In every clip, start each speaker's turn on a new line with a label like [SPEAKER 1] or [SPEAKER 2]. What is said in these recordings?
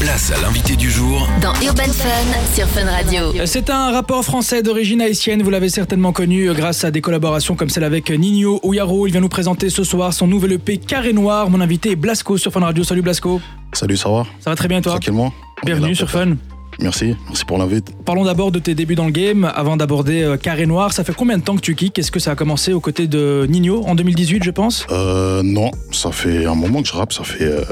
[SPEAKER 1] Place à l'invité du jour
[SPEAKER 2] Dans Urban Fun sur Fun Radio.
[SPEAKER 3] C'est un rapport français d'origine haïtienne, vous l'avez certainement connu euh, grâce à des collaborations comme celle avec euh, Nino Ouyaro. Il vient nous présenter ce soir son nouvel EP Carré Noir. Mon invité est Blasco sur Fun Radio. Salut Blasco,
[SPEAKER 4] Salut, ça va
[SPEAKER 3] ça va très bien et toi
[SPEAKER 4] Tranquillement On est
[SPEAKER 3] Bienvenue
[SPEAKER 4] là,
[SPEAKER 3] sur
[SPEAKER 4] peut-être.
[SPEAKER 3] Fun.
[SPEAKER 4] Merci, merci pour l'invite.
[SPEAKER 3] Parlons d'abord de tes débuts dans le game avant d'aborder euh, Carré Noir. Ça fait combien de temps que tu kicks Est-ce que ça a commencé aux côtés de Nino en 2018 je pense
[SPEAKER 4] Euh, non, ça fait un moment que je rappe, ça fait euh,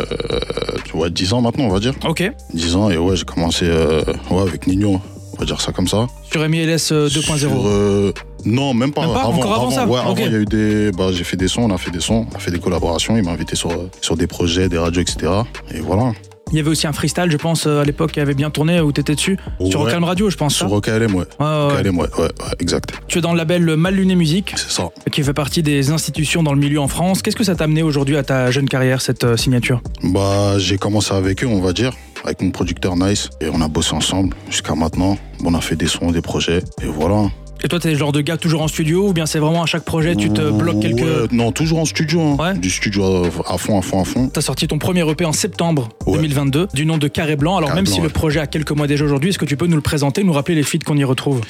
[SPEAKER 4] tu vois, 10 ans maintenant, on va dire.
[SPEAKER 3] Ok.
[SPEAKER 4] 10 ans, et ouais, j'ai commencé euh, ouais, avec Nino, on va dire ça comme ça.
[SPEAKER 3] Sur MLS euh, 2.0.
[SPEAKER 4] Sur, euh, non, même pas.
[SPEAKER 3] Même pas,
[SPEAKER 4] avant,
[SPEAKER 3] encore avant ça
[SPEAKER 4] ouais,
[SPEAKER 3] Ok.
[SPEAKER 4] avant, il y a eu des. Bah, j'ai fait des sons, on a fait des sons, on a fait des collaborations, il m'a invité sur, euh, sur des projets, des radios, etc. Et voilà.
[SPEAKER 3] Il y avait aussi un freestyle je pense euh, à l'époque qui avait bien tourné euh, où t'étais dessus. Sur
[SPEAKER 4] Ouais.
[SPEAKER 3] Calme Radio je pense. Ah, ça. Ah
[SPEAKER 4] Sur OKLM, ouais.
[SPEAKER 3] Ouais, ouais, ouais.
[SPEAKER 4] OKLM, ouais, ouais, ouais, exact.
[SPEAKER 3] Tu es dans le label euh, Mal Luné Musique.
[SPEAKER 4] C'est ça.
[SPEAKER 3] qui fait partie des institutions dans le milieu en France. Qu'est-ce que ça t'a amené aujourd'hui à ta jeune carrière, cette euh, signature
[SPEAKER 4] Bah, j'ai commencé avec eux, on va dire, avec mon producteur Nice, et on a bossé ensemble jusqu'à maintenant. On a fait des sons, des projets, et voilà.
[SPEAKER 3] Et toi, t'es le genre de gars toujours en studio ou bien c'est vraiment à chaque projet, tu te bloques quelques...
[SPEAKER 4] Ouais, non, toujours en studio, hein.
[SPEAKER 3] Ouais.
[SPEAKER 4] du studio à- à fond, à fond, à fond.
[SPEAKER 3] T'as sorti ton premier EP en septembre
[SPEAKER 4] Ouais.
[SPEAKER 3] 2022 du nom de Carré Blanc. Alors
[SPEAKER 4] Carré
[SPEAKER 3] même
[SPEAKER 4] Blanc,
[SPEAKER 3] si le
[SPEAKER 4] ouais.
[SPEAKER 3] projet a quelques mois déjà aujourd'hui, est-ce que tu peux nous le présenter, nous rappeler les feats qu'on y retrouve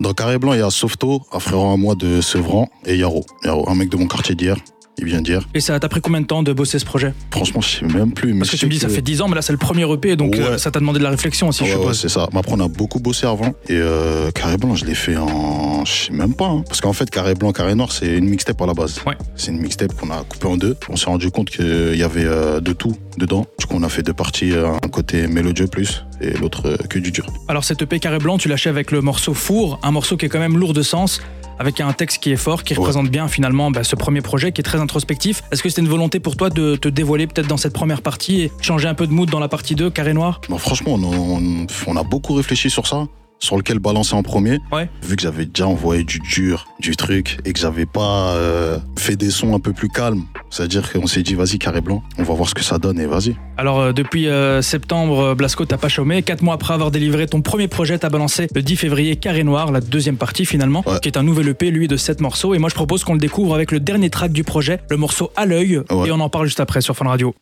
[SPEAKER 4] Dans Carré Blanc, il y a Softo, un frérot à moi de Sevran, et Yaro. Yaro, un mec de mon quartier d'hier, il vient d'hier.
[SPEAKER 3] Et ça t'a pris combien de temps de bosser ce projet
[SPEAKER 4] Franchement, je sais même plus. mais
[SPEAKER 3] Parce que
[SPEAKER 4] je
[SPEAKER 3] tu me
[SPEAKER 4] sais
[SPEAKER 3] dis ça fait 10 ans, mais là c'est le premier EP, donc
[SPEAKER 4] Ouais.
[SPEAKER 3] euh, ça t'a demandé de la réflexion aussi,
[SPEAKER 4] Ah Ouais,
[SPEAKER 3] je
[SPEAKER 4] ouais,
[SPEAKER 3] suppose.
[SPEAKER 4] c'est ça. Mais après, on a beaucoup bossé avant. Et euh, Carré Blanc, je l'ai fait en. Je sais même pas. hein. Parce qu'en fait, Carré Blanc, Carré Noir, c'est une mixtape à la base.
[SPEAKER 3] Ouais.
[SPEAKER 4] C'est une mixtape qu'on a coupée en deux. On s'est rendu compte qu'il y avait euh, de tout dedans. Du coup, on a fait deux parties. euh, Un côté mélodieux plus et l'autre euh, que du dur.
[SPEAKER 3] Alors cet EP Carré Blanc, tu l'achèves avec le morceau Four, un morceau qui est quand même lourd de sens, avec un texte qui est fort, qui
[SPEAKER 4] Ouais.
[SPEAKER 3] représente bien finalement bah, ce premier projet qui est très introspectif. Est-ce que c'était une volonté pour toi de te dévoiler peut-être dans cette première partie et changer un peu de mood dans la partie 2, Carré Noir
[SPEAKER 4] Bon, franchement, on, on- on a beaucoup réfléchi sur ça. Sur lequel balancer en premier.
[SPEAKER 3] Ouais.
[SPEAKER 4] Vu que j'avais déjà envoyé du dur, du truc, et que j'avais pas euh, fait des sons un peu plus calmes. C'est-à-dire qu'on s'est dit, vas-y, Carré Blanc, on va voir ce que ça donne et vas-y.
[SPEAKER 3] Alors euh, depuis euh, septembre, euh, Blasco t'as pas chômé. Quatre mois après avoir délivré ton premier projet, t'as balancé le 10 février Carré Noir, la deuxième partie finalement,
[SPEAKER 4] Ouais.
[SPEAKER 3] qui est un nouvel EP, lui, de 7 morceaux. Et moi je propose qu'on le découvre avec le dernier track du projet, le morceau à l'œil,
[SPEAKER 4] Ouais.
[SPEAKER 3] et on en parle juste après sur Fun Radio.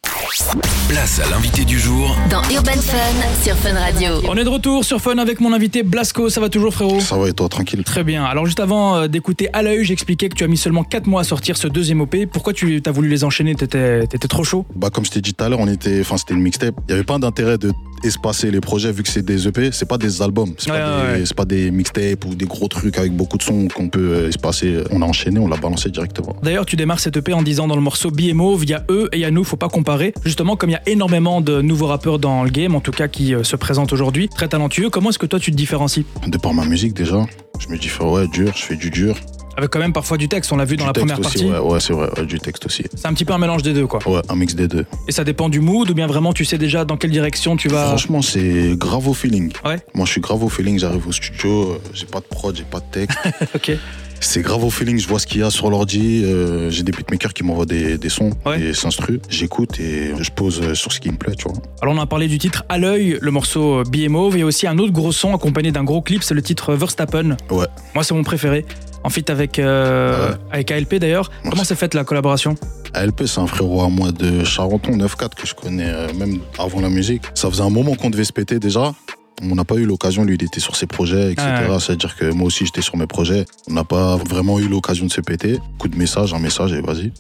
[SPEAKER 1] Place à l'invité du jour
[SPEAKER 2] Dans Urban Fun sur Fun Radio.
[SPEAKER 3] On est de retour sur Fun avec mon invité Blasco, ça va toujours frérot
[SPEAKER 4] Ça va et toi, tranquille.
[SPEAKER 3] Très bien. Alors juste avant euh, d'écouter à l'œil, j'expliquais que tu as mis seulement 4 mois à sortir ce deuxième OP. Pourquoi tu as voulu les enchaîner T'étais t'étais trop chaud
[SPEAKER 4] Bah comme je t'ai dit tout à l'heure, on était, enfin c'était une mixtape. Il y avait pas d'intérêt de espacer les projets vu que c'est des EP, c'est pas des albums, c'est
[SPEAKER 3] Ouais,
[SPEAKER 4] pas,
[SPEAKER 3] ouais,
[SPEAKER 4] des-
[SPEAKER 3] ouais.
[SPEAKER 4] c'est pas des mixtapes ou des gros trucs avec beaucoup de sons qu'on peut euh, espacer. On a enchaîné, on l'a balancé directement.
[SPEAKER 3] D'ailleurs, tu démarres cet EP en disant dans le morceau BMO, il y a eux E et il y a nous, faut pas comparer. Justement, comme il y a énormément de nouveaux rappeurs dans le game, en tout cas qui euh, se présentent aujourd'hui, très talentueux, comment est-ce que toi tu te différencies
[SPEAKER 4] De par ma musique déjà, je me dis fais, ouais dur, je fais du dur.
[SPEAKER 3] Avec quand même parfois du texte, on l'a vu dans
[SPEAKER 4] du
[SPEAKER 3] la
[SPEAKER 4] texte
[SPEAKER 3] première
[SPEAKER 4] aussi,
[SPEAKER 3] partie.
[SPEAKER 4] ouais, ouais c'est vrai, ouais, du texte aussi.
[SPEAKER 3] C'est un petit peu un mélange des deux quoi.
[SPEAKER 4] Ouais, un mix des deux.
[SPEAKER 3] Et ça dépend du mood ou bien vraiment tu sais déjà dans quelle direction tu vas.
[SPEAKER 4] Franchement, c'est grave au feeling.
[SPEAKER 3] Bah. Ouais.
[SPEAKER 4] Moi, je suis grave au feeling. J'arrive au studio, euh, j'ai pas de prod, j'ai pas de texte.
[SPEAKER 3] Ok.
[SPEAKER 4] C'est grave au feeling, je vois ce qu'il y a sur l'ordi, euh, j'ai des beatmakers qui m'envoient des, des sons,
[SPEAKER 3] Ouais.
[SPEAKER 4] des instrus, j'écoute et je pose euh, sur ce qui me plaît, tu vois.
[SPEAKER 3] Alors on a parlé du titre à l'œil, le morceau euh, BMO, il y a aussi un autre gros son accompagné d'un gros clip, c'est le titre euh, Verstappen.
[SPEAKER 4] Ouais.
[SPEAKER 3] Moi c'est mon préféré. En feat avec, euh,
[SPEAKER 4] Ouais.
[SPEAKER 3] avec ALP d'ailleurs.
[SPEAKER 4] Ouais.
[SPEAKER 3] Comment s'est faite la collaboration
[SPEAKER 4] ALP, c'est un frérot à moi de Charenton, 9-4, que je connais euh, même avant la musique. Ça faisait un moment qu'on devait se péter déjà. On n'a pas eu l'occasion, lui, il était sur ses projets, etc.
[SPEAKER 3] Ah ouais.
[SPEAKER 4] C'est-à-dire que moi aussi, j'étais sur mes projets. On n'a pas vraiment eu l'occasion de se péter. Coup de message, un message, et vas-y.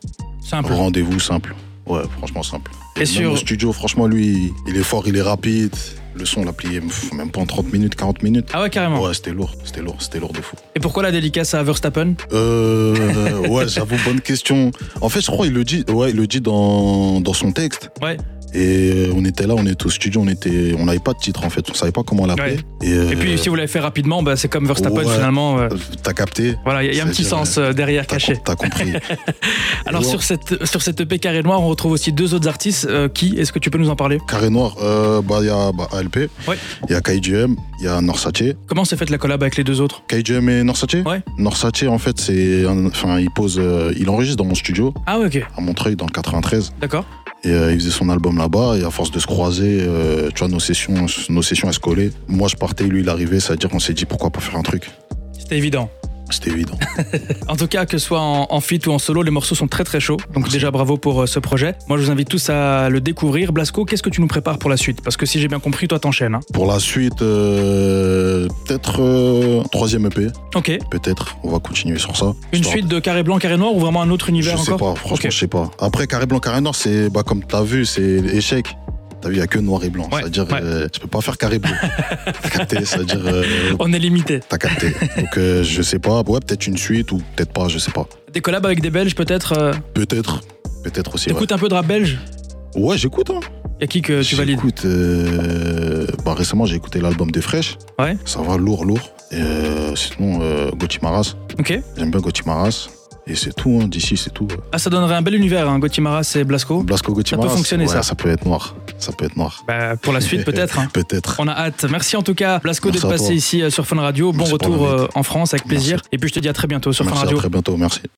[SPEAKER 3] Simple.
[SPEAKER 4] Rendez-vous simple. Ouais, franchement simple.
[SPEAKER 3] Et
[SPEAKER 4] même
[SPEAKER 3] sur-
[SPEAKER 4] au studio, franchement, lui, il est fort, il est rapide. Le son, on l'a plié pff, même pas en 30 minutes, 40 minutes.
[SPEAKER 3] Ah ouais carrément.
[SPEAKER 4] Ouais, c'était lourd, c'était lourd, c'était lourd de fou.
[SPEAKER 3] Et pourquoi la dédicace à Verstappen
[SPEAKER 4] Euh, ouais, j'avoue, bonne question. En fait, je crois, il le dit, ouais, il le dit dans, dans son texte.
[SPEAKER 3] Ouais.
[SPEAKER 4] Et on était là, on était au studio, on était, on n'avait pas de titre en fait, on savait pas comment l'appeler. Et,
[SPEAKER 3] Et puis
[SPEAKER 4] euh,
[SPEAKER 3] si vous l'avez fait rapidement, bah, c'est comme Verstappen
[SPEAKER 4] ouais.
[SPEAKER 3] finalement. euh,
[SPEAKER 4] t'as capté,
[SPEAKER 3] voilà, il y a- il y a un
[SPEAKER 4] C'est
[SPEAKER 3] petit
[SPEAKER 4] sûr,
[SPEAKER 3] sens euh, derrière
[SPEAKER 4] t'as
[SPEAKER 3] caché.
[SPEAKER 4] com- t'as compris.
[SPEAKER 3] Alors
[SPEAKER 4] Ouais.
[SPEAKER 3] sur cette, sur cette EP Carré Noir, on retrouve aussi deux autres artistes. euh, qui Est-ce que tu peux nous en parler
[SPEAKER 4] Carré noir, euh, bah il y a bah, ALP, il
[SPEAKER 3] Ouais.
[SPEAKER 4] y a KIGM, il y a Norsatier.
[SPEAKER 3] Comment s'est faite la collab avec les deux autres
[SPEAKER 4] KJM et Norsatier
[SPEAKER 3] Ouais.
[SPEAKER 4] Norsatier, en fait, c'est. un- Enfin, il pose. euh, il enregistre dans mon studio,
[SPEAKER 3] Ah ouais ok,
[SPEAKER 4] à Montreuil, dans le 93.
[SPEAKER 3] d'accord.
[SPEAKER 4] Et euh, il faisait son album là-bas. Et à force de se croiser, euh, tu vois, nos sessions, nos sessions, elles se collaient. Moi, je partais, lui, il arrivait. C'est-à-dire, on s'est dit, pourquoi pas faire un truc
[SPEAKER 3] C'était évident.
[SPEAKER 4] C'était évident.
[SPEAKER 3] En tout cas, que ce soit en, en feat ou en solo, les morceaux sont très très chauds. Donc déjà bravo pour euh, ce projet. Moi, je vous invite tous à le découvrir. Blasco, qu'est-ce que tu nous prépares pour la suite Parce que si j'ai bien compris, toi t'enchaînes. hein.
[SPEAKER 4] Pour la suite, euh, peut-être euh, troisième EP,
[SPEAKER 3] Ok.
[SPEAKER 4] peut-être. On va continuer sur ça.
[SPEAKER 3] Une
[SPEAKER 4] Histoire
[SPEAKER 3] suite de Carré Blanc, Carré Noir ou vraiment un autre
[SPEAKER 4] Je
[SPEAKER 3] univers
[SPEAKER 4] sais
[SPEAKER 3] encore
[SPEAKER 4] pas, franchement,
[SPEAKER 3] Ok.
[SPEAKER 4] je sais pas. Après, carré blanc, carré noir, c'est bah, comme t'as vu, c'est échec. T'as vu, il y a que noir et blanc.
[SPEAKER 3] Ouais,
[SPEAKER 4] C'est-à-dire,
[SPEAKER 3] ouais.
[SPEAKER 4] euh, tu peux pas faire carré bleu. t'as capté, c'est-à-dire, euh,
[SPEAKER 3] On est limité.
[SPEAKER 4] t'as capté. Donc, euh, je sais pas. Ouais, peut-être une suite ou peut-être pas, je sais pas.
[SPEAKER 3] Des collabs avec des Belges peut-être euh,
[SPEAKER 4] Peut-être, peut-être aussi. Ouais,
[SPEAKER 3] T'écoutes un peu de rap belge
[SPEAKER 4] ouais j'écoute. Hein.
[SPEAKER 3] Y'a qui que tu valides
[SPEAKER 4] J'écoute. euh, bah, récemment, j'ai écouté l'album des Fresh.
[SPEAKER 3] Ouais.
[SPEAKER 4] Ça va lourd, lourd. Et, euh, sinon, euh, Gauthier Maras.
[SPEAKER 3] Ok.
[SPEAKER 4] J'aime bien Gauthier Maras. Et c'est tout, hein. d'ici, c'est tout.
[SPEAKER 3] Ah, ça donnerait un bel univers, hein, Gauthier Maras et Blasco.
[SPEAKER 4] Blasco Gauthier
[SPEAKER 3] Ça peut
[SPEAKER 4] Maras.
[SPEAKER 3] fonctionner,
[SPEAKER 4] ouais,
[SPEAKER 3] ça.
[SPEAKER 4] Ça peut être noir. Ça peut être noir.
[SPEAKER 3] Bah, pour la suite peut-être. hein.
[SPEAKER 4] Peut-être.
[SPEAKER 3] On a hâte. Merci en tout cas, Blasco,
[SPEAKER 4] Merci
[SPEAKER 3] d'être
[SPEAKER 4] à toi.
[SPEAKER 3] passé ici euh, sur Fun Radio. Bon
[SPEAKER 4] Merci pour
[SPEAKER 3] retour
[SPEAKER 4] l'invite.
[SPEAKER 3] euh, en France avec plaisir. Et puis je te dis à très bientôt sur Fun
[SPEAKER 4] Merci, à
[SPEAKER 3] Radio.
[SPEAKER 4] très bientôt. Merci.